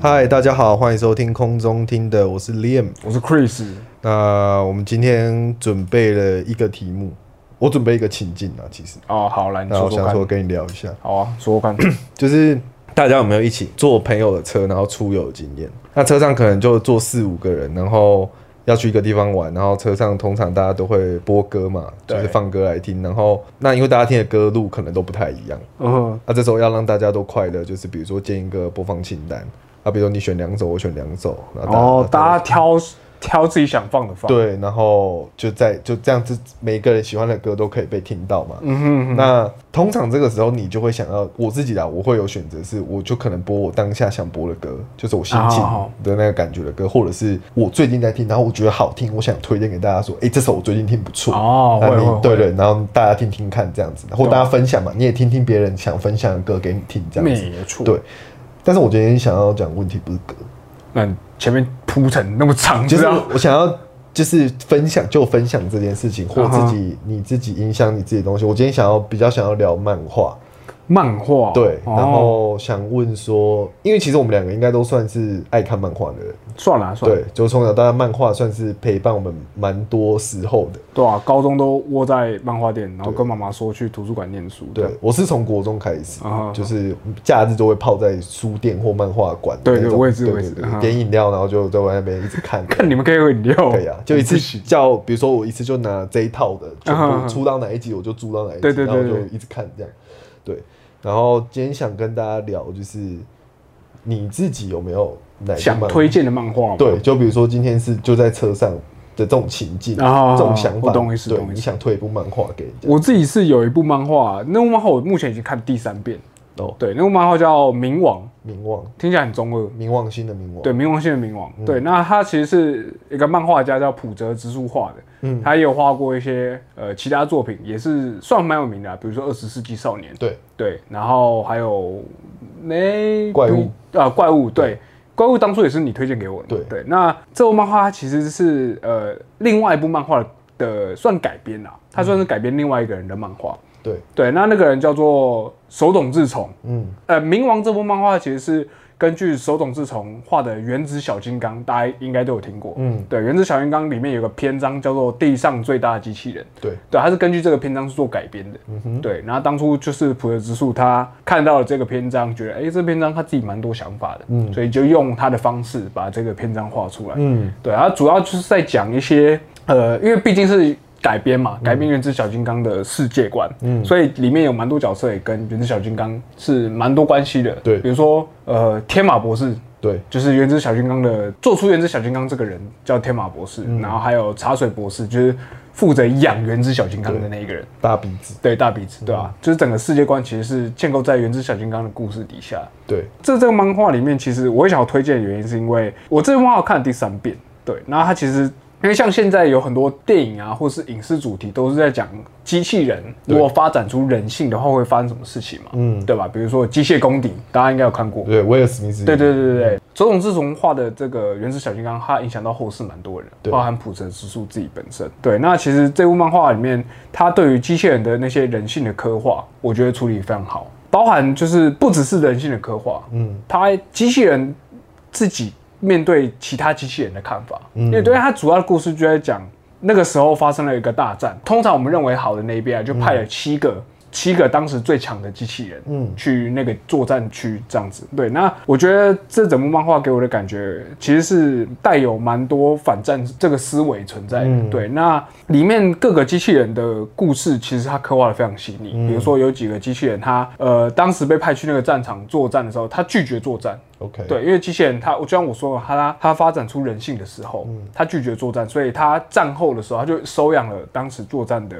嗨，大家好，欢迎收听空中听的，我是 Liam。我是 Chris，那我们今天准备了一个题目，我准备一个情境啊，其实，哦，好来，你那说我说想看说，跟你聊一下，好啊，说说 看，就是大家有没有一起坐朋友的车，然后出游的经验？那车上可能就坐四五个人，然后要去一个地方玩，然后车上通常大家都会播歌嘛，就对是放歌来听。然后那因为大家听的歌路可能都不太一样，啊嗯，那、这时候要让大家都快乐，就是比如说建一个播放清单，啊，比如说你选两首，我选两首，然后大家、哦，大家挑挑自己想放的放，，对，然后就在就这样子，每个人喜欢的歌都可以被听到嘛。嗯哼哼，那通常这个时候你就会想要，我自己啦，啊我会有选择，是我就可能播我当下想播的歌，就是我心情啊好的那个感觉的歌，或者是我最近在听，然后我觉得好听，我想推荐给大家说，哎诶，这首我最近听不错。哦，那会你会对会，对，然后大家听听看这样子，或大家分享嘛，你也听听别人想分享的歌给你听这样子。没错，对，但是我今天想要讲的问题不是歌，那你前面铺成那么 长，就是这我样我想要就是分享就分享这件事情，或啊哈自己你自己影响你自己的东西。我今天想要比较想要聊漫画，漫画，对，哦然后想问说，因为其实我们两个应该都算是爱看漫画的人，算了算了，对，就从小到大漫画算是陪伴我们蛮多时候的。对啊，高中都窝在漫画店，然后跟妈妈说去图书馆念书，对，，我是从国中开始啊哈，就是假日都会泡在书店或漫画馆的那对对种。我也是对我也对是对啊哈点饮料，然后就在外面一直看。 看你们可以喝饮料，可以啊，就一次哦我不行叫，比如说我一次就拿这一套的，全啊部哈出到哪一集我就租到哪一集，对对然对后对就一直看这样。对，然后今天想跟大家聊，就是你自己有没有哪些想漫画推？荐的漫画吗，对，就比如说今天是就在车上的这种情境，啊这种想法，我懂意思对懂意，思你想推一部漫画给人家我自己是有一部漫画，那部漫画我目前已经看第三遍，哦，对，那部漫画叫《冥王》，冥王，听起来很中二，冥王星的冥王，对，冥王星的冥王。嗯对，那他其实是一个漫画家叫浦泽直树画的，嗯，他也有画过一些呃其他作品，也是算蛮有名的啊、比如说《二十世纪少年》，对，对，然后还有那、怪物啊、怪物对。怪物当初也是你推荐给我的嘛，对对。那这部漫画它其实是呃另外一部漫画的算改编啦，它嗯算是改编另外一个人的漫画。对，对，那那个人叫做手冢治虫，嗯，呃，《冥王》这部漫画其实是根据手冢治虫画的《原子小金刚》，大家应该都有听过。嗯嗯，对，《原子小金刚》里面有个篇章叫做《地上最大的机器人》，对，对，它是根据这个篇章是做改编的。嗯哼，对，然后当初就是普泽直树他看到了这个篇章，觉得哎、诶这篇章他自己蛮多想法的，嗯，所以就用他的方式把这个篇章画出来。嗯，对，它主要就是在讲一些呃，因为毕竟是改编嘛，改编《原子小金刚》的世界观，嗯，所以里面有蛮多角色也跟《原子小金刚》是蛮多关系的，对比如说呃，天马博士。对，就是《原子小金刚》的做出《原子小金刚》这个人叫天马博士，然后还有茶水博士，就是负责养《原子小金刚》的那一个人。大鼻子，对，大鼻子，对吧、啊嗯就是整个世界观其实是建构在《原子小金刚》的故事底下。对，这这个漫画里面，其实我会想要推荐的原因，是因为我这部漫画看了第三遍，对，然后它其实因为像现在有很多电影啊，或是影视主题都是在讲机器人如果发展出人性的话，会发生什么事情嘛，嗯，对吧？比如说《机械公敌》，大家应该有看过，对，威尔史密斯，对对对对对，周董自从画的这个《原始小金刚》，它影响到后世蛮多人，包含普泽直树自己本身。对，那其实这部漫画里面，他对于机器人的那些人性的刻画，我觉得处理非常好，包含就是不只是人性的刻画，嗯，他机器人自己面对其他机器人的看法，因为对他主要的故事就在讲那个时候发生了一个大战，通常我们认为好的那一边啊，就派了七个。七个当时最强的机器人，嗯，去那个作战区这样子。对，那我觉得这整部漫画给我的感觉，其实是带有蛮多反战这个思维存在的。对，那里面各个机器人的故事，其实它刻画的非常细腻。比如说有几个机器人，他呃当时被派去那个战场作战的时候，他拒绝作战， ，OK，对，因为机器人它，我就像我说的，它它发展出人性的时候，它拒绝作战，所以它战后的时候，它就收养了当时作战的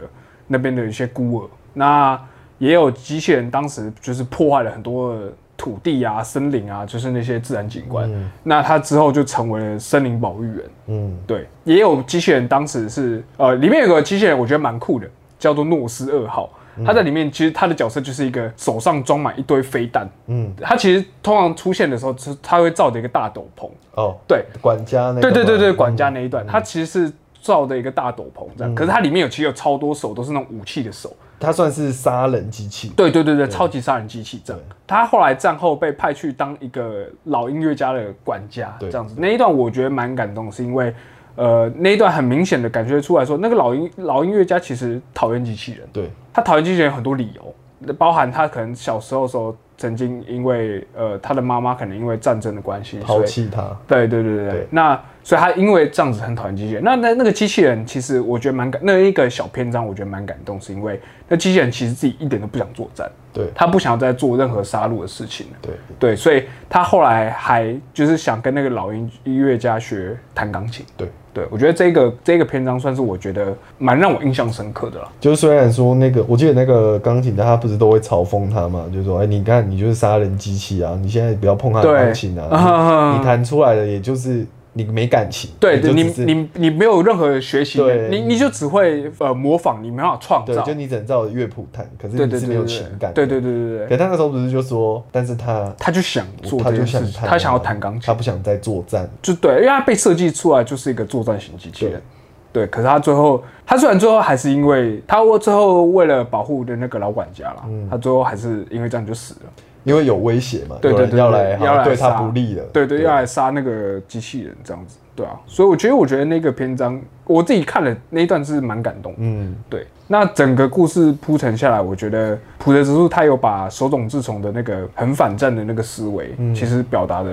那边的一些孤儿。那也有机器人当时就是破坏了很多的土地啊、森林啊，就是那些自然景观。那它之后就成为了森林保育员。嗯，对，也有机器人，当时是呃，里面有个机器人，我觉得蛮酷的，叫做诺斯二号。嗯他在里面其实他的角色就是一个手上装满一堆飞弹，嗯，他其实通常出现的时候，是他会罩着一个大斗篷，哦，对，管家那个对对对吗嗯对，管家那一段，他其实是罩的一个大斗篷这样，可是它里面有其实有超多手都是那种武器的手，它算是杀人机器。对对对对，超级杀人机器这样。他后来战后被派去当一个老音乐家的管家，这对样子那一段我觉得蛮感动，是因为呃那一段很明显的感觉出来说，那个老音老音乐家其实讨厌机器人，对，他讨厌机器人有很多理由，包含他可能小时候的时候曾经因为呃他的妈妈可能因为战争的关系抛所以弃它。对对对对对对，那所以他因为这样子很讨厌机器人。那那那个机器人其实我觉得蛮感，那一个小篇章我觉得蛮感动，是因为那机器人其实自己一点都不想作战，对他不想再做任何杀戮的事情了。对对，所以他后来还就是想跟那个老音音乐家学弹钢琴。对，对，我觉得这个这个篇章算是我觉得蛮让我印象深刻的了。就是虽然说那个，我记得那个钢琴家他不是都会嘲讽他嘛，就是说，哎、你看你就是杀人机器啊，你现在不要碰他的对钢琴 啊啊，你你弹出来的也就是你没感情，对，就你只是你你没有任何学习能，对你你就只会呃模仿，你没办法创对，造。就你只能照着乐谱弹，可是对你对是对没有对情感的，对对对对对可他那时候不是就说，但是他他就想做他就这件想事情，弹啊他想要弹钢他琴，不想再作战，就对，因为他被设计出来就是一个作战型机器人。对，可是他最后，他虽然最后还是因为他最后为了保护的那个老管家啦，嗯他最后还是因为这样就死了。因为有威胁嘛，对有对人对，要来好要像来对杀他不利了，对对，要来杀那个机器人这样子，对啊。所以我觉得，我觉得那个篇章我自己看了那一段是蛮感动的。嗯，对，那整个故事铺陈下来，我觉得普泽直树他有把手冢治虫的那个很反战的那个思维，嗯其实表达的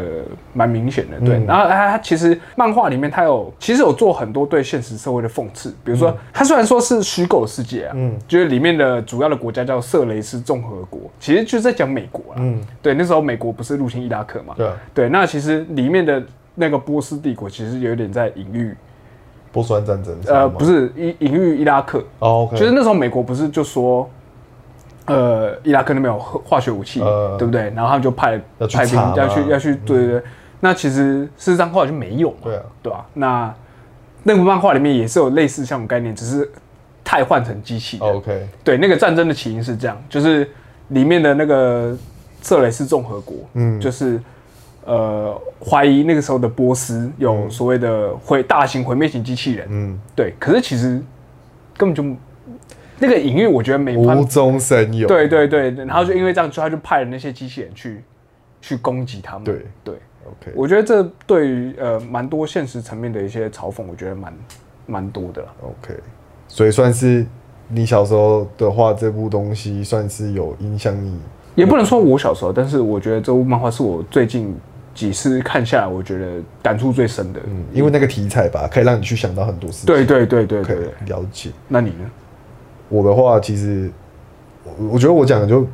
蛮明显的。对，然后他他其实漫画里面他有其实有做很多对现实社会的讽刺，比如嗯说、他虽然说是虚构的世界啊，就是里面的主要的国家叫色雷斯共和国，其实就是在讲美国啦。对，那时候美国不是入侵伊拉克嘛？嗯对啊，对，那其实里面的那个波斯帝国其实有点在隐喻，波斯湾战争，呃，不是是隐隐喻伊拉克。吗哦，OK，就是那时候美国不是就说，呃，伊拉克那边有核化学武器，呃对不对？然后他们就派要去派兵查嘛嗯要去要去，对对对。那其实事实上后来就没有嘛，对啊对吧、那那部漫画里面也是有类似这种概念，只是太换成机器人。哦 OK，对，那个战争的起因是这样，就是里面的那个色雷斯共和国，嗯，就是呃怀疑那个时候的波斯有所谓的毁大型毁灭型机器人，嗯，对，可是其实根本就那个隐喻，我觉得没无中生有，对对对，然后就因为这样，就他就派了那些机器人去去攻击他们。对对， ，OK，我觉得这对于呃蛮多现实层面的一些嘲讽，我觉得蛮蛮多的啦。 OK，所以算是你小时候的话，这部东西算是有影响你。也不能说我小时候，但是我觉得这部漫画是我最近几次看下来，我觉得感触最深的。嗯，因为那个题材吧，可以让你去想到很多事情。对对对对可对以对，了解。那你呢？我的话，其实我我觉得我讲的就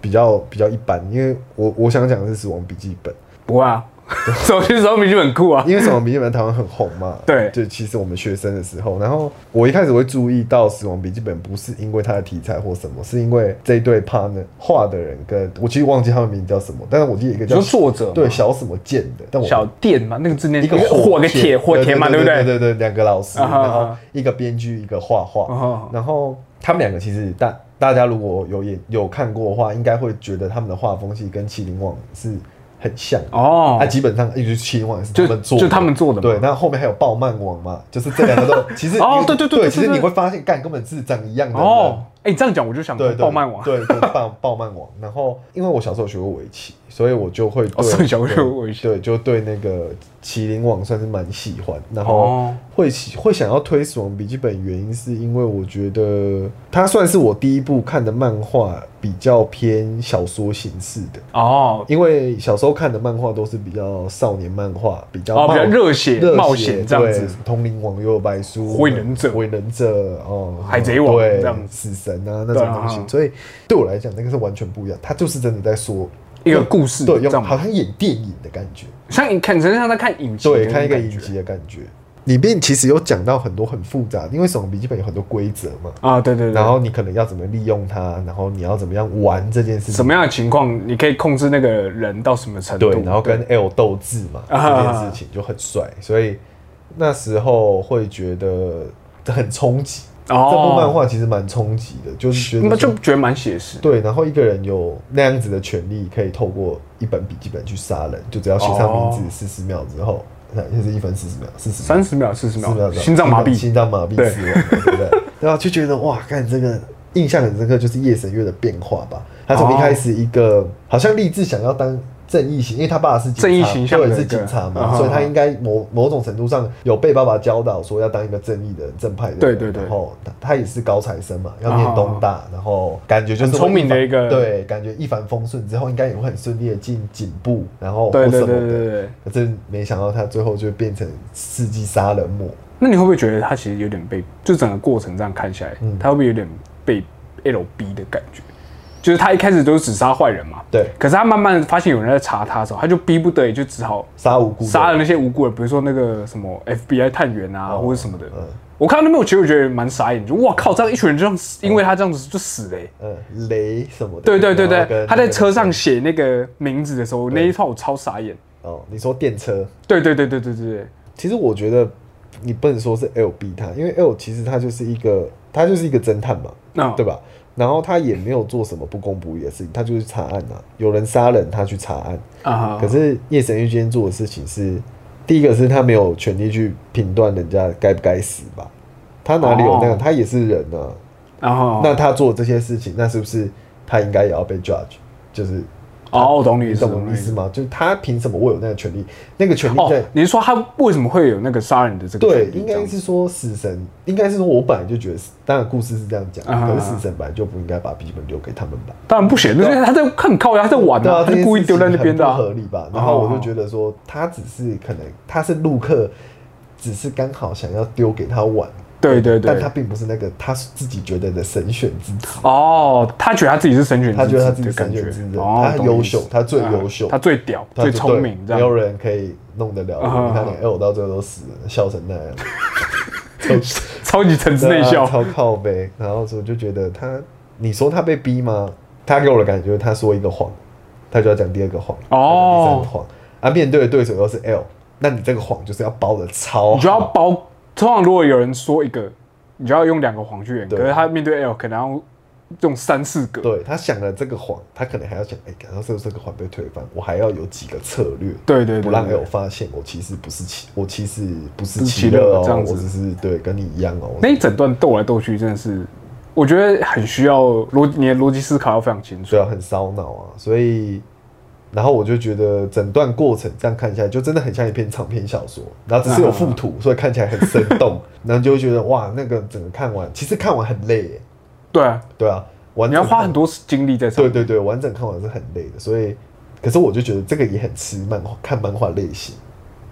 比较比较一般，因为我我想讲的是《死亡笔记本》，不会啊， 手机手笔记本酷啊。因为《死亡笔记本》在台湾很红嘛。 对就其实我们学生的时候，然后我一开始会注意到《死亡笔记本》，不是因为它的题材或什么，是因为这一对 partner 画的人跟我其实忘记他们名字叫什么，但是我记得一个你叫说作者吗对小什么剑的，但我小店嘛，那个字念一个火个铁火铁嘛，对对不对对？对，两个老师，啊哈然后啊一个编剧，一个画啊哈画，然后他们两个其实大大家如果有眼有看过的话，应该会觉得他们的画风其实跟《麒麟王》是很像的。哦它，基本上一直《麒麟王》也是就他们做的，就他们做的嘛对，那后面还有《暴漫王》嘛，就是这两个 都其实哦你对对对对其实对对你会发现，干根本是长一样的人啊哦，哎、你这样讲我就想对，对暴漫王，对，对暴暴漫王。然后，因为我小时候学过围棋，所以我就会哦对所以小时候学过围棋对，就对那个麒麟王算是蛮喜欢。然后哦会喜会想要推《死亡笔记本》，原因是因为我觉得它算是我第一部看的漫画比较偏小说形式的。哦因为小时候看的漫画都是比较少年漫画，比较哦比较冒热血热冒险这样对子什么通灵王、幽游白书、火影忍者火影忍者哦、海贼王对这样死神啊那种东西对啊，所以对我来讲那个是完全不一样，他就是真的在说一个故事对，这用样吗好像演电影的感觉，像你看，真像在看影集，对，看一个影集的感觉。里面其实有讲到很多很复杂，因为《死亡笔记本》有很多规则嘛，啊，对对对，然后你可能要怎么利用它，然后你要怎么样玩这件事情什，么样的情况你可以控制那个人到什么程度？对，然后跟 L 斗智嘛，这啊件事情就很帅，所以那时候会觉得很冲击。哦这部漫画其实蛮冲击的，就是觉那得就说觉得蛮写实。对，然后一个人有那样子的权利，可以透过一本笔记本去杀人，就只要写上名哦字四十秒之后，看也是一分四十秒，四十三十秒、四十四秒秒，钟心脏麻痹。心脏麻痹对死亡了，对不 对？对啊，就觉得哇，看这个印象很深刻，就是夜神月的变化吧。他从一开始一个、好像立志想要当正义型，因为他爸是警察正义形象的一对，个是警察嘛，啊哈所以他应该某某种程度上有被爸爸教导说要当一个正义的人、正派的人。对对对啊然后他他也是高材生嘛，要念东大，然后感觉就是很聪明的会一帆个对，感觉一帆风顺之后应该也会很顺利的进警部，然后对或对什么对的。对对对。可是没想到他最后就变成世纪杀人魔。那你会不会觉得他其实有点被，就整个过程这样看下来，嗯他会不会有点被 L B 的感觉？就是他一开始都是只杀坏人嘛，对可是他慢慢地发现有人在查他的时候，他就逼不得已就只好杀无辜的人，杀了那些无辜人，比如说那个什么 FBI 探员啊，哦或者什么的。嗯我看到那边，我其实我觉得蛮傻眼，就哇靠，这样一群人就这样死，因为他这样子就死了欸、嗯，雷什么的。对对对然后跟那对，个他在车上写那个名字的时候，那一段我超傻眼。哦，你说电车，对对对对对对对，其实我觉得你不能说是 L 逼他，因为 L 其实他就是一个他就是一个侦探嘛，那、对吧？然后他也没有做什么不公不义的事情，他就是查案啊。有人杀人，他去查案。啊可是夜神月今天做的事情是，第一个是他没有权利去评断人家该不该死吧？他哪里有那个？哦他也是人啊。然后那他做这些事情，那是不是他应该也要被 judge？就是哦，我懂你意你思，懂我意思吗？就是他凭什么我有那个权利？那个权利在、哦，你是说他为什么会有那个杀人的这个对，权利应这样该子是说死神，应该是说我本来就觉得死，当然故事是这样讲，啊可是死神本来就不应该把笔记本留给他们吧？当然不行，因为他在看靠呀，他在玩对啊，啊，他这是件故意丢在那边的事啊情很不。合理吧？然后我就觉得说，他只是可能他是陆客，只是刚好想要丢给他玩，对对对但他并不是那个他自己觉得的神选之子。哦，他觉得他自己是神选之子他觉得他自己的是感神觉选之，子哦他懂你优意思秀他最优秀啊他最屌，他最就聪对明，这没有样。人可以弄得了啊哈你。你看连 L 到最后都死了，笑成那样，超超级层次 内笑对啊，超靠背。然后所以我就觉得他，你说他被逼吗？他给我的感觉，他说一个谎，他就要讲第二个谎，哦他讲第三个谎。啊，面对的对手又是 L，那你这个谎就是要包的超你就要好。包。通常如果有人说一个，你就要用两个谎去圆，可对是他面对 L 可能要用三四个。对他想了这个谎，他可能还要想，哎、然后是不是这个谎被推翻？我还要有几个策略，对对对，不让对 L 发现我其实不是其，我其实不是不是其其乐乐哦，这样子我只是对跟你一样哦。那一整段斗来斗去，真的是，我觉得很需要逻你的逻辑思考要非常清楚对。啊，很烧脑啊，所以，然后我就觉得整段过程这样看下来，就真的很像一篇长篇小说，然后只是有附嗯图，所以看起来很生动， 然后就会觉得哇，那个整个看完，其实看完很累耶，对啊，对啊，完你整要花看很，多精力在上对面。对对，完整看完是很累的，所以，可是我就觉得这个也很吃漫画，看漫画类型，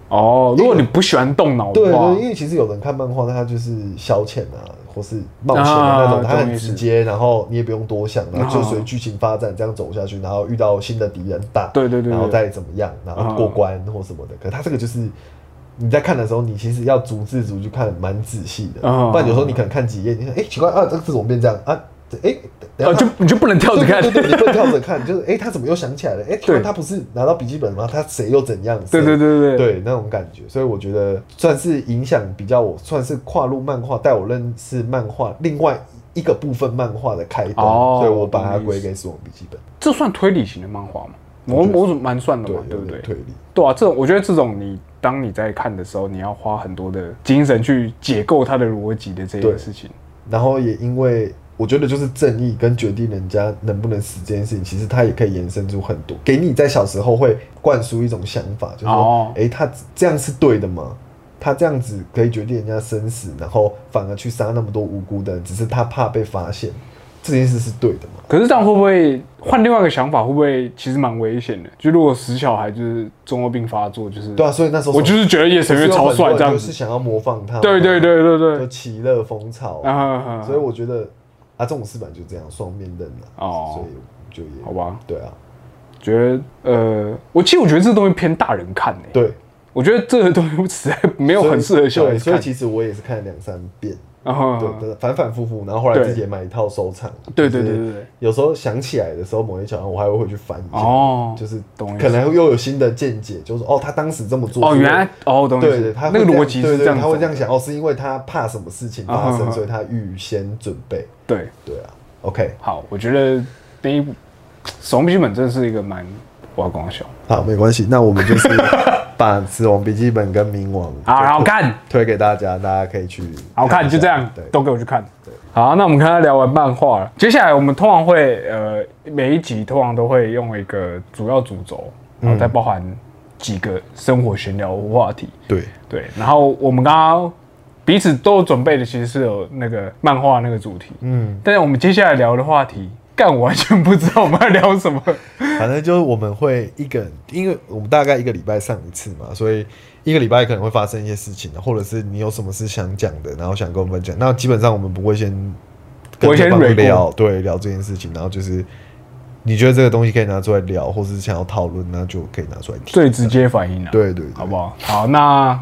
哦，如果你不喜欢动脑对的话对，，因为其实有人看漫画，那他就是消遣啊，或是冒险的那啊种，他懂意很思直接，然后你也不用多想，然后啊就随剧情发展这样走下去，然后遇到新的敌人打，对对对对然后再怎么样，然后过关或什么的。可他这个就是你在看的时候，你其实要逐字逐句看，蛮仔细的，啊不然有时候你可能看几页，你看哎奇怪啊，这个字怎么变这样啊？这哎，等呃，一下就哦你就不能跳着对看对。对，对你不能跳着看，就是哎、诶他怎么又想起来了？哎、对他不是拿到笔记本吗？他谁又怎样？ 对谁对对对对对那种感觉，所以我觉得算是影响比较我，算是跨入漫画，带我认识漫画另外一个部分漫画的开端，哦所以我把它懂你意归思给死亡笔记本，这算推理型的漫画吗？我我觉得我怎么蛮算的嘛，对有不对点？推理。对啊，这种我觉得这种你当你在看的时候，你要花很多的精神去解构它的逻辑的这件对事情。然后也因为我觉得就是正义跟决定人家能不能死这件事情，其实它也可以延伸出很多，给你在小时候会灌输一种想法，就是说哦，诶，他这样是对的吗？他这样子可以决定人家生死，然后反而去杀那么多无辜的人，只是他怕被发现，这件事是对的吗？可是这样会不会换另外一个想法？会不会其实蛮危险的？就如果死小孩就是中二病发作，就是对啊，所以那时候我就是觉得叶神月超帅这样是子。想要模仿他，对对，对对就对，其乐风潮，啊哈哈所以我觉得啊，这种事本来就这样双面刃了、哦所以我就也好吧，对啊，觉得呃，我其实我觉得这东西偏大人看呢、欸对。我觉得这个东西实在没有所以很适合小孩对子所以看。啊其实我也是看了两三遍，然后对对，反反复复，然后后来对自己也买一套收藏。对就是对对对对有时候想起来的时候，某些桥段我还会回去翻一下，哦，就是懂意思可能又有新的见解，就是哦，他当时这么做哦，是因为原来哦，懂意对思对，他会那个这样逻辑对是对这样，他会这样，想哦，是因为他怕什么事情发啊哈生，哈所以他预先准备。对。对啊，OK，好，我觉得那一部《死亡笔记本》真的是一个蛮我要跟我笑， 好，没关系，那我们就是把《死亡笔记本》跟《冥王》好好看，推给大家，大家可以去看一下。好看，就这样，对，都给我去看。好，那我们刚才聊完漫画了，接下来我们通常会呃每一集通常都会用一个主要主轴，嗯然后再包含几个生活闲聊话题。对，对，然后我们刚刚彼此都准备的其实是有那个漫画那个主题，嗯，但是我们接下来聊的话题，干我完全不知道我们要聊 什么。反正就是我们会一个，因为我们大概一个礼拜上一次嘛，所以一个礼拜可能会发生一些事情，啊或者是你有什么事想讲的，然后想跟我们分享。那基本上我们不会先不跟会先对方 review 聊，对，聊这件事情，然后就是你觉得这个东西可以拿出来聊，或是想要讨论，那就可以拿出来提。最直接反应啊，，对对，好不好？好，那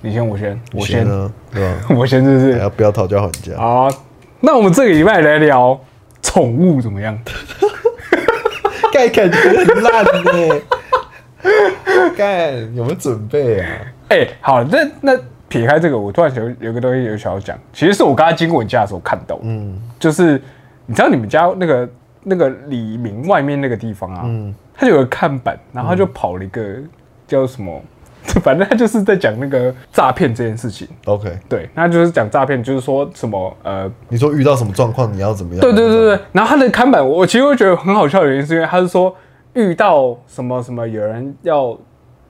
你先，我先，我先，呢，哎对吧？ 我先，是不还是？要不要讨价还价？好，那我们这个礼拜来聊宠物怎么样？盖感觉很烂呢、盖有没有准备啊？哎、好，那那撇开这个，我突然有有个东西有想要讲，其实是我刚才经过你家的时候看到的，嗯，就是你知道你们家那个那个李明外面那个地方啊，嗯他就有个看板，然后他就跑了一个叫什么， 反正他就是在讲那个诈骗这件事情。 ，OK。对，那就是讲诈骗，就是说什么呃，你说遇到什么状况你要怎么样？对对对对。然后他的看板，我我其实会觉得很好笑的原因是因为他是说遇到什么什么有人要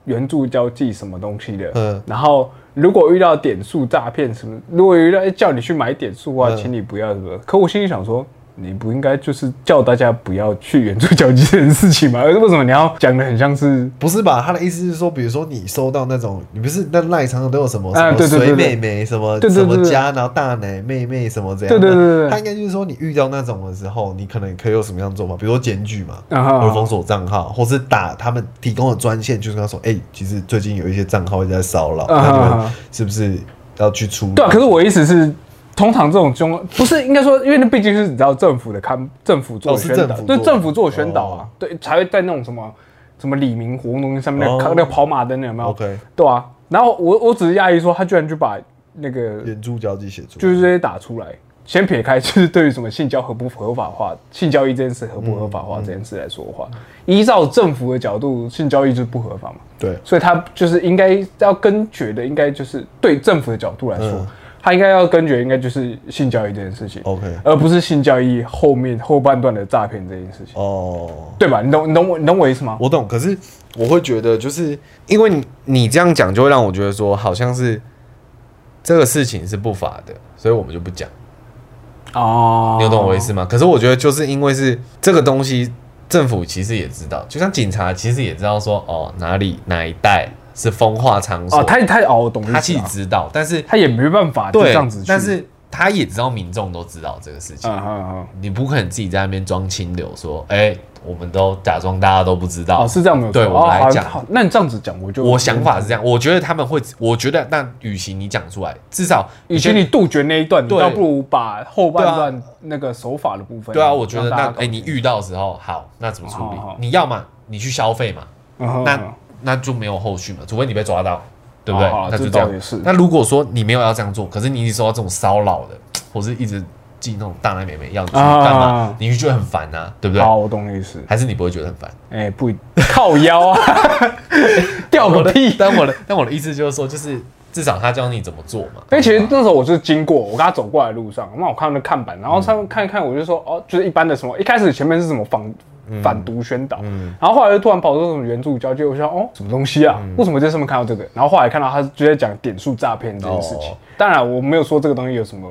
援助交际什么东西的，嗯然后如果遇到点数诈骗什么，如果遇到叫你去买点数啊，嗯请你不要什么。可我心里想说。你不应该就是叫大家不要去援助交际这件事情吗？为什么你要讲的很像是不是吧？他的意思是说，比如说你收到那种，你不是那赖常常都有什么啊什么对对对水对妹妹，什么对对什对么对家，然后大奶妹妹什么这样。对对对对对他应该就是说，你遇到那种的时候，你可能可以有什么样的做法？比如说检举嘛，啊哈或者封锁账号，或是打他们提供的专线，就是跟他说，哎，其实最近有一些账号在骚扰，啊哈那你啊们哈是不是要去处理？对啊，可是我的意思是，通常这种中不是应该说，因为那毕竟是你知道政府的看政府做哦的是宣政导，府对做的哦政府做的宣导啊，对才会在那种什么什么李明活动中心上面那个、哦那个跑马灯的有没有 OK 对啊，然后我我只是讶异说，他居然就把那个援助交际写出来，就是这些打出来。先撇开 就是对于什么性交合不合法化、性交易这件事合不合法嗯化这件事来说的话，依照政府的角度，性交易就是不合法嘛。对，所以他就是应该要根绝的，应该就是对政府的角度来说，嗯他应该要根绝，应该就是性交易这件事情 OK 而不是性交易后面后半段的诈骗这件事情，哦。对吧？你懂你懂我你懂我意思吗？我懂，可是我会觉得，就是因为你你这样讲，就会让我觉得说，好像是这个事情是不法的，所以我们就不讲。哦你有懂我意思吗？可是我觉得，就是因为是这个东西，政府其实也知道，就像警察其实也知道说，哦，哪里哪一带是风化场所，哦，他他哦，我懂意思他其实了知道，但是他也没办法就对，这样子去，但是他也知道民众都知道这个事情，啊啊啊，你不可能自己在那边装清流，说，哎、我们都假装大家都不知道，哦是这样没有错对我哦来好讲好那你这样子讲，我就我想法是这样，我觉得他们会，我觉得那与其你讲出来，至少与其你杜绝那一段，你对倒不如把后半对啊段那个手法的部分，对啊，我觉得让那大家哎、你遇到的时候好，那怎么处理？好好你要嘛你去消费嘛，嗯哼那、嗯哼那就没有后续嘛，除非你被抓到，对不对？好好那就哦这这倒也样。是那如果说你没有要这样做，可是你一直收到这种骚扰的，或是一直寄那种大奶妹妹要你去啊干嘛，你就觉得很烦啊，对不对？好，我懂你意思。还是你不会觉得很烦？哎、不一靠腰 啊，掉我个的屁！但我的但我的意思就是说，就是至少他教你怎么做嘛。因为其实那时候我就是经过，我跟他走过来的路上，那我看到那看板，然后上面看一看，我就说哦，就是一般的什么，一开始前面是什么反反毒宣导，然后后来又突然跑出什么援助交接，我就想哦，什么东西啊？为什么在上面看到这个？然后后来看到他就在讲点数诈骗这件事情。哦当然，我没有说这个东西有什么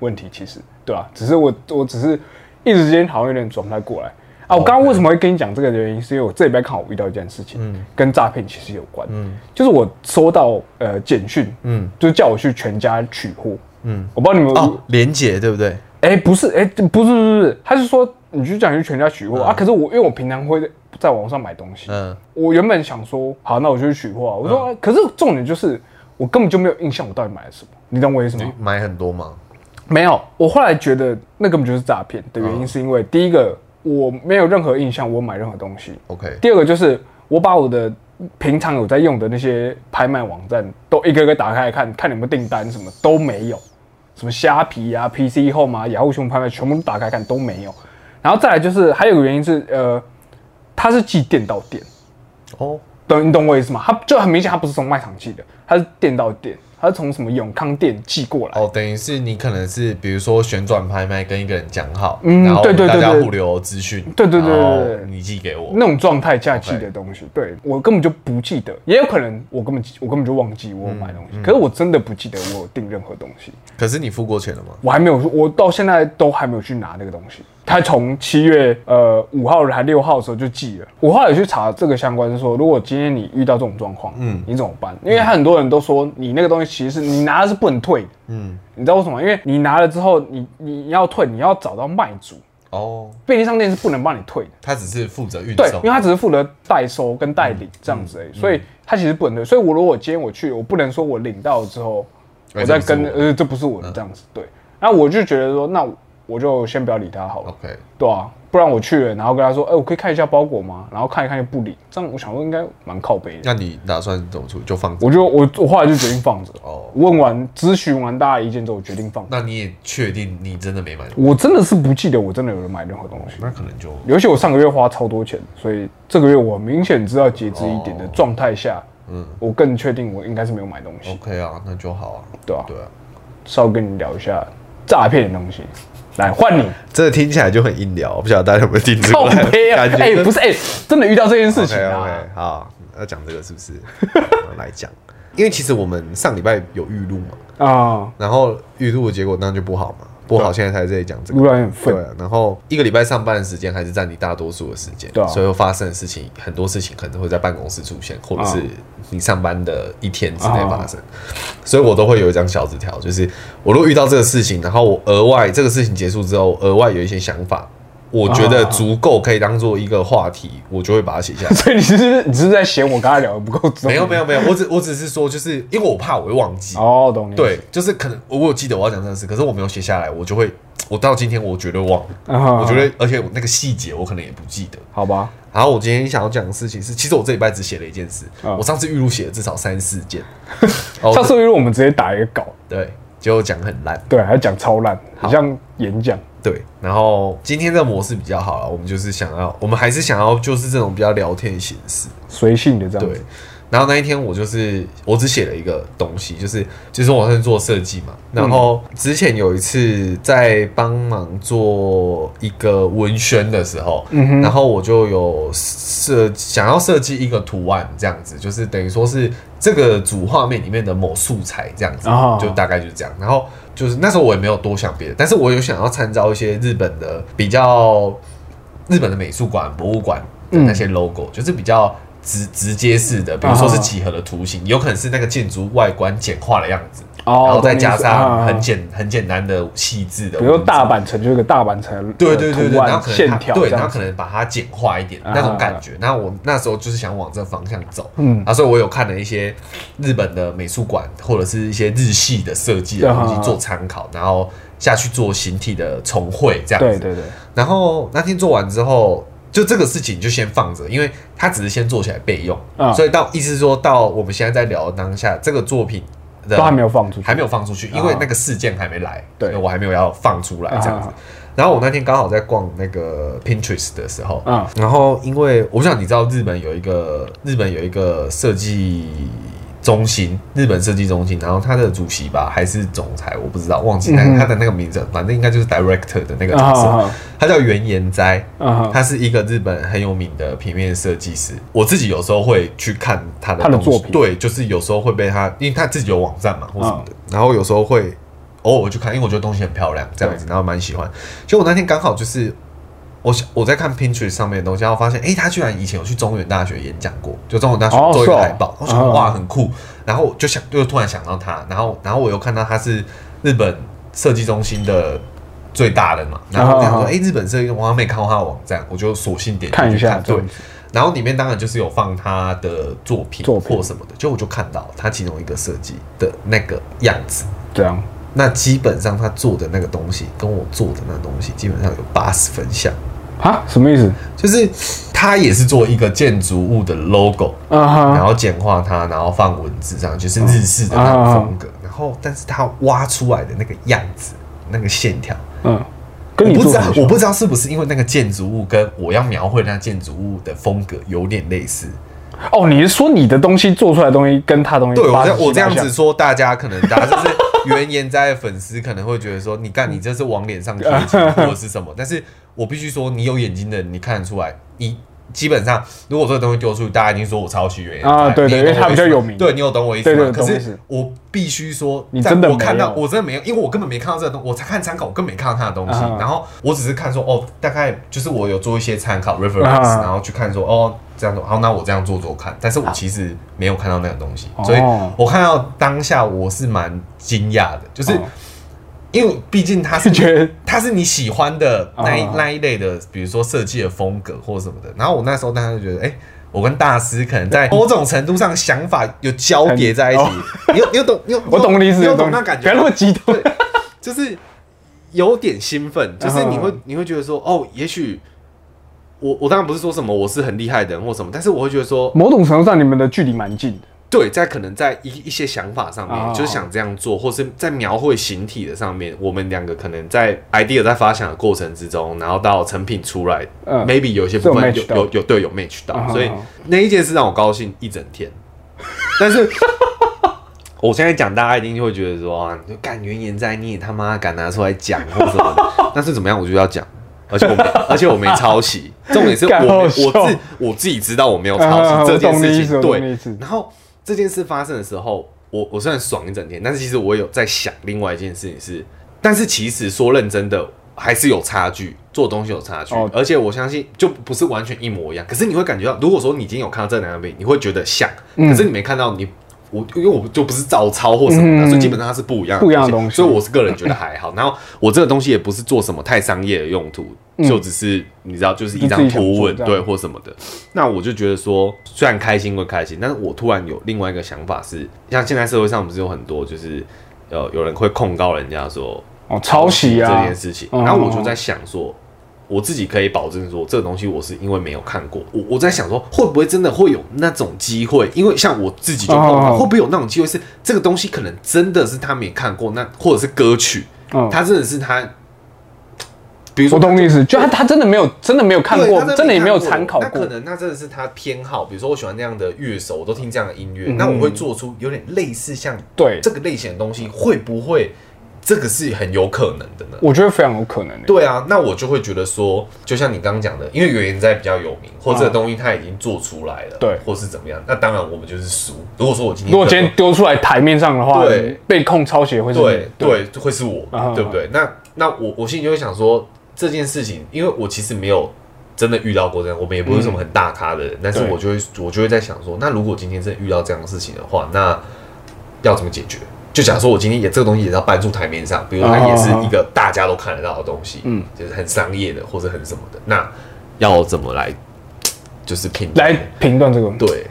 问题，其实对吧、只是我我只是一时间好像有点转不太过来啊。我刚刚为什么会跟你讲这个的原因，是因为我这礼拜刚好遇到一件事情，嗯跟诈骗其实有关，就是我收到呃简讯，嗯就叫我去全家取货，嗯我不知道你们有哦，连结对不对？哎、不是，哎、不是，不是，不是，他是说你去叫你去全家取货、啊。可是我因为我平常会在网上买东西，嗯我原本想说，好，那我就去取货、啊。我说、啊可是重点就是我根本就没有印象我到底买了什么，你懂我意思吗？买很多吗？没有，我后来觉得那根本就是诈骗的原因，是因为、第一个我没有任何印象我买任何东西， OK，第二个就是我把我的平常有在用的那些拍卖网站都一个一个打开来看，看有没有订单，什么都没有，什么虾皮啊、PC Home 啊、雅虎熊拍卖全部都打开看都没有。然后再来就是还有一个原因是，呃，它是寄店到店，哦，懂你懂我意思吗？他就很明显，他不是从卖场寄的，他是店到店，他是从什么永康店寄过来。哦，等于是你可能是比如说旋转拍卖跟一个人讲好，嗯然后对对大对家对互留资讯，对对对对然后对对你寄给我，那种状态下寄的东西对我根本就不记得，也有可能我根本我根本就忘记我有买东西，可是我真的不记得我有订任何东西，可是你付过钱了吗？我还没有，我到现在都还没有去拿那个东西。他从七月呃五号还六号的时候就寄了，我后来有去查这个相关，是说如果今天你遇到这种状况，嗯，你怎么办？因为很多人都说你那个东西其实是你拿的是不能退的，嗯，你知道为什么吗？因为你拿了之后，你你要退，你要找到卖主，哦，便利商店是不能帮你退的。他只是负责运对，送因为，他只是负责代收跟代理嗯这样子而已，所以他其实不能退。所以我如果今天我去，我不能说我领到之后，哎我这再不是跟我的嗯呃这不是我的这样子。对，那我就觉得说，那我就先不要理他好了， OK，对啊，不然我去了，然后跟他说，哎，我可以看一下包裹吗？然后看一看就不理，这样我想说应该蛮靠背的。那你打算怎么处理？就放着我就我我后来就决定放着，哦。问完咨询完大家意见之后，我决定放着。那你也确定你真的没买？我真的是不记得我真的有人买任何东西。那可能就尤其我上个月花超多钱，所以这个月我明显知道节制一点的状态下，哦嗯，我更确定我应该是没有买东西， OK 啊，那就好啊。对吧、对啊，稍微跟你聊一下诈骗的东西，来换 你这听起来就很硬聊，不晓得大家有没有听出靠来？背啊！感觉哎、不是哎、真的遇到这件事情 OK 啊 OK，好，要讲这个是不是？我们来讲，因为其实我们上礼拜有预录嘛，啊，然后预录的结果当然就不好嘛，不好现在才在这里讲这突个。然很对愤，啊，然后一个礼拜上班的时间还是占你大多数的时间，对啊所以发生的事情很多事情可能会在办公室出现，或者啊是你上班的一天之内发生，所以我都会有一张小纸条，就是我如果遇到这个事情，然后我额外这个事情结束之后，我额外有一些想法，我觉得足够可以当做一个话题，我就会把它写下来。 所以你是不是你是不是在嫌我刚才聊的不够重？没有没有没有，我只我只是说，就是因为我怕我会忘记，哦，懂你对，就是可能我有记得我要讲这件事，可是我没有写下来，我就会，我到今天我绝对忘了，啊我觉得，而且我那个细节我可能也不记得。好吧，然后我今天想要讲的事情是，其实我这礼拜只写了一件事，嗯我上次预录写了至少三四 件，哦上次因为我们直接打一个稿，对，结果讲很烂，对，还讲超烂，很像演讲，对。然后今天的模式比较好了，我们就是想要，我们还是想要就是这种比较聊天形式，随性的这样对子，。然后那一天我就是我只写了一个东西，就是就是我是做设计嘛，然后嗯之前有一次在帮忙做一个文宣的时候，嗯哼然后我就有设想要设计一个图案这样子，就是等于说是这个主画面里面的某素材这样子，哦就大概就是这样。然后就是那时候我也没有多想别的，但是我有想要参照一些日本的比较日本的美术馆、博物馆的那嗯些 logo，、就是比较直直接式的，比如啊说是几何的图形，有可能是那个建筑外观简化的样子，哦然后再懂你意思加啊上啊很简、很简单的细致的，比如说大。阪城就有一个大阪城的呃对对对图对，案然后可能线它条对，这然样后子可能把它简化一点啊那种感觉。那我那时候就是想往这方向走，嗯嗯，啊，所以我有看了一些日本的美术馆或者是一些日系的设计的东啊西做参考，然后下去做形体的重绘这样子。对对对，然后那天做完之后，就这个事情就先放着，因为它只是先做起来备用，嗯所以到意思是说到我们现在在聊的当下，这个作品的都还没有放出去，啊还没有放出去，因为那个事件还没来，对所以我还没有要放出来这样子啊。然后我那天刚好在逛那个 Pinterest 的时候，嗯然后因为我不知道你知道日本有一个日本有一个设计中心，日本设计中心，然后他的主席吧还是总裁，我不知道忘记那嗯个哼他的那个名字，反正应该就是 director 的那个角啊色，他叫原研哉，啊他是一个日本很有名的平面设计师，我自己有时候会去看他的他的东西作品对，就是有时候会被他，因为他自己有网站嘛或什么嗯的，然后有时候会偶尔我去看，因为我觉得东西很漂亮，这样子，然后蛮喜欢。就我那天刚好就是我想我在看 Pinterest 上面的东西，然后发现，哎、他居然以前有去中原大学演讲过，就中原大学哦做一个是哦海报，我想、嗯哇很酷，然后我就想就突然想到他，然后然后我又看到他是日本设计中心的最大的嘛，然后我想说，嗯嗯哎、嗯日本设计中心我还没看过他的网站，我就索性点进去看一下这对样，子然后里面当然就是有放他的作品啊作品或什么的，就我就看到他其中一个设计的那个样子，这样那基本上他做的那个东西跟我做的那个东西基本上有八十分像。啊？什么意思？就是他也是做一个建筑物的 logo，、啊然哈，后简化它，然后放文字上，就是日式的那种风格。然后，但是他挖出来的那个样子，那个线条，嗯，我跟你不做知道什，么我不知道是不是因为那个建筑物跟我要描绘那建筑物的风格有点类似，哦，你是说你的东西做出来的东西跟他的东西对我八十这七我这样八十子说，大家可能大家就是 原研哉的粉丝可能会觉得说，你干你这是往脸上 贴金或者是什么，但是我必须说，你有眼睛的人你看得出来，你。基本上，如果这个东西丢出去，大家已经说我抄袭原研哉啊对对你有懂因为他我意思吗比较有名对你有懂我意思对吗？对可懂我意是思我必须说，你在真的我看没到有我真的没有，因为我根本没看到这个东，我才看参考，我根本没看到他的东西啊。然后我只是看说，哦，大概就是我有做一些参考 reference，啊然后去看说，哦，这样做，好，那我这样做做看。但是我其实没有看到那个东西，哦所以我看到当下我是蛮惊讶的，就是哦因为毕竟它是是 觉得它是你喜欢的那一、哦那一类的，比如说设计的风格或什么的。然后我那时候当时就觉得，哎、我跟大师可能在某种程度上想法有交叠在一起哎很哦，你有你有懂你有 我懂你意思，你有我懂你那感不要那觉，么激 动。对，就是有点兴奋，就是你嗯会你会觉得说，哦，也许我我当然不是说什么我是很厉害的人或什么，但是我会觉得说，某种程度上，你们的距离蛮近的。对，在可能在一一些想法上面，哦就是想这样做，或是在描绘形体的上面，我们两个可能在 idea 在发想的过程之中，然后到成品出来、嗯 m a y b e 有一些部分是有有 match 到有有对有 match 到，哦所以哦那一件事让我高兴一整天。 但是我现在讲，大家一定会觉得说啊，你就干原研哉，你也他妈敢拿出来讲或什么的， 但是怎么样，我就要讲。而 且我没，而且我没抄袭，重点是我干没好我笑自我自己知道我没有抄袭、 啊这件我懂你事意思情，我对懂你意思，然后这件事发生的时候，我我虽然爽一整天，但是其实我有在想另外一件事情是，但是其实说认真的还是有差距，做东西有差距，哦而且我相信就不是完全一模一样。可是你会感觉到，如果说你今天有看到这两张片，你会觉得像，嗯可是你没看到你。我因为我就不是照抄或什么的，嗯所以基本上它是不一样不一样的东西所以我是个人觉得还好。然后我这个东西也不是做什么太商业的用途，嗯就只是你知道，就是一张就自己想图文做这样对或什么的。那我就觉得说，虽然开心归开心，但是我突然有另外一个想法是，像现在社会上不是有很多就是呃有人会控告人家说哦，抄袭这啊件，事情，哦然后我就在想说。我自己可以保证说，这个东西我是因为没有看过，我我在想说，会不会真的会有那种机会？因为像我自己就碰到，哦会不会有那种机会是这个东西可能真的是他没看过，那或者是歌曲，嗯，他真的是他，比如说我懂你意思，就他他真的没有真的没有看对过他，真的也没有看参考那过可。能那真的是他偏好，比如说我喜欢那样的乐手，我都听这样的音乐，嗯那我会做出有点类似像对这，个类型的东西，会不会这个是很有可能的呢？我觉得非常有可能欸。对啊，那我就会觉得说，就像你刚刚讲的，因为原研哉比较有名，或者这个东西他已经做出来了，嗯对或是怎么样，那当然我们就是输。如果说我今天如果今天丢出来台面上的话对，被控抄袭会是对你嗯对，会是我啊，对不对？那那我我心里就会想说，这件事情，因为我其实没有真的遇到过这样，我们也不是什么很大咖的人，但是对我就会我就会在想说，那如果今天真的遇到这样的事情的话，那要怎么解决？就假如说我今天也这个东西也要搬出台面上，比如它也是一个大家都看得到的东西，啊嗯嗯，就是很商业的或者很什么的，那要怎么来就是评价来评断这个，对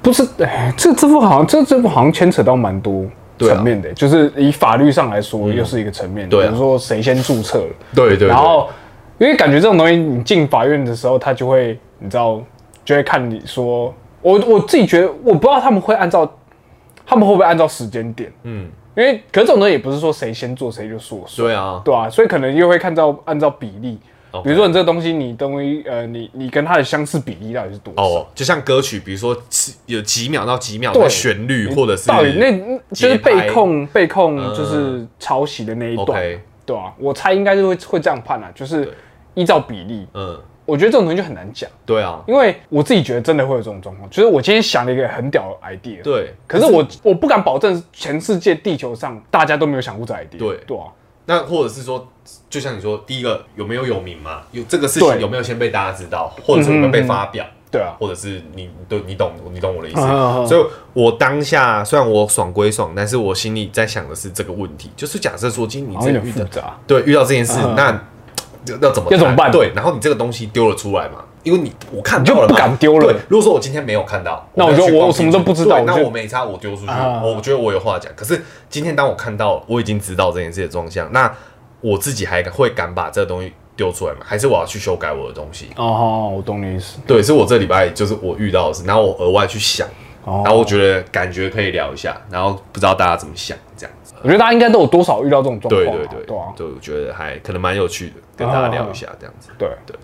不是，哎这这部好像这这部好像牵扯到蛮多对啊层面的，就是以法律上来说，又是一个层面，对啊比如说谁先注册了，对对对，然后因为感觉这种东西，你进法院的时候，他就会你知道，就会看你说，我我自己觉得，我不知道他们会按照他们会不会按照时间点，嗯，因为可是这种东西也不是说谁先做谁就说算，对啊，对啊，所以可能又会看到按照比例。 OK 比如说你这个东西，你东西呃，你你跟它的相似比例到底是多少？哦，就像歌曲，比如说是有几秒到几秒对的旋律，或者是到底那就是节拍被控被控嗯就是抄袭的那一段 OK 对啊，我猜应该是会会这样判啊，就是依照比例。嗯，我觉得这种东西就很难讲，对啊，因为我自己觉得真的会有这种状况，就是我今天想了一个很屌的 idea，，对。可是我我不敢保证全世界地球上大家都没有想过这 idea，对对啊，那或者是说，就像你说，第一个有没有有名嘛？有这个事情对有没有先被大家知道，或者是有没有被发表？对啊，或者是你对你懂你懂我的意思，嗯嗯嗯所以我当下虽然我爽归爽，但是我心里在想的是这个问题，就是假设说今天好你真像有的点遇复到杂，对，遇到这件事，嗯那要要怎么要怎么看办对，然后你这个东西丢了出来嘛，因为你我看到你就了嘛不敢丢了对，如果说我今天没有看到，那我没有就去我逛我什么都进去不知道对我那就我没差，我丢出去，啊我觉得我有话讲。可是今天当我看到，我已经知道这件事的状向，那我自己还会敢把这个东西丢出来吗？还是我要去修改我的东西？哦，我懂你意思，对，是我这礼拜就是我遇到的事，然后我额外去想，哦然后我觉得感觉可以聊一下，然后不知道大家怎么想这样子。我觉得大家应该都有多少遇到这种状对况啊，对对，对啊，对，我觉得还可能蛮有趣的，跟大家聊一下这样子。对对。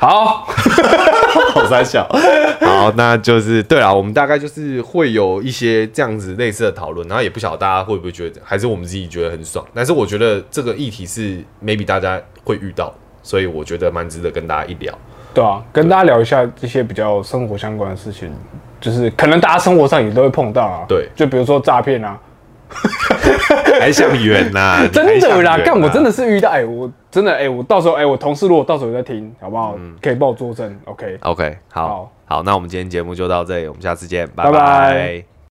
好， 好三小。 好，那就是对啊啦，我们大概就是会有一些这样子类似的讨论，然后也不晓得大家会不会觉得，还是我们自己觉得很爽。但是我觉得这个议题是 maybe 大家会遇到，所以我觉得蛮值得跟大家一聊。对啊，跟大家聊一下这些比较生活相关的事情，就是可能大家生活上也都会碰到啊。对就比如说诈骗啊，还想远呐、你还 真想啊的啦，远干我真呐的是遇到，哎、我真的哎、我到时候哎、我同事如果到时候有在听，好不好？嗯可以帮我作证，OK。 OK，好好好，那我们今天节目就到这里，我们下次见，拜拜拜拜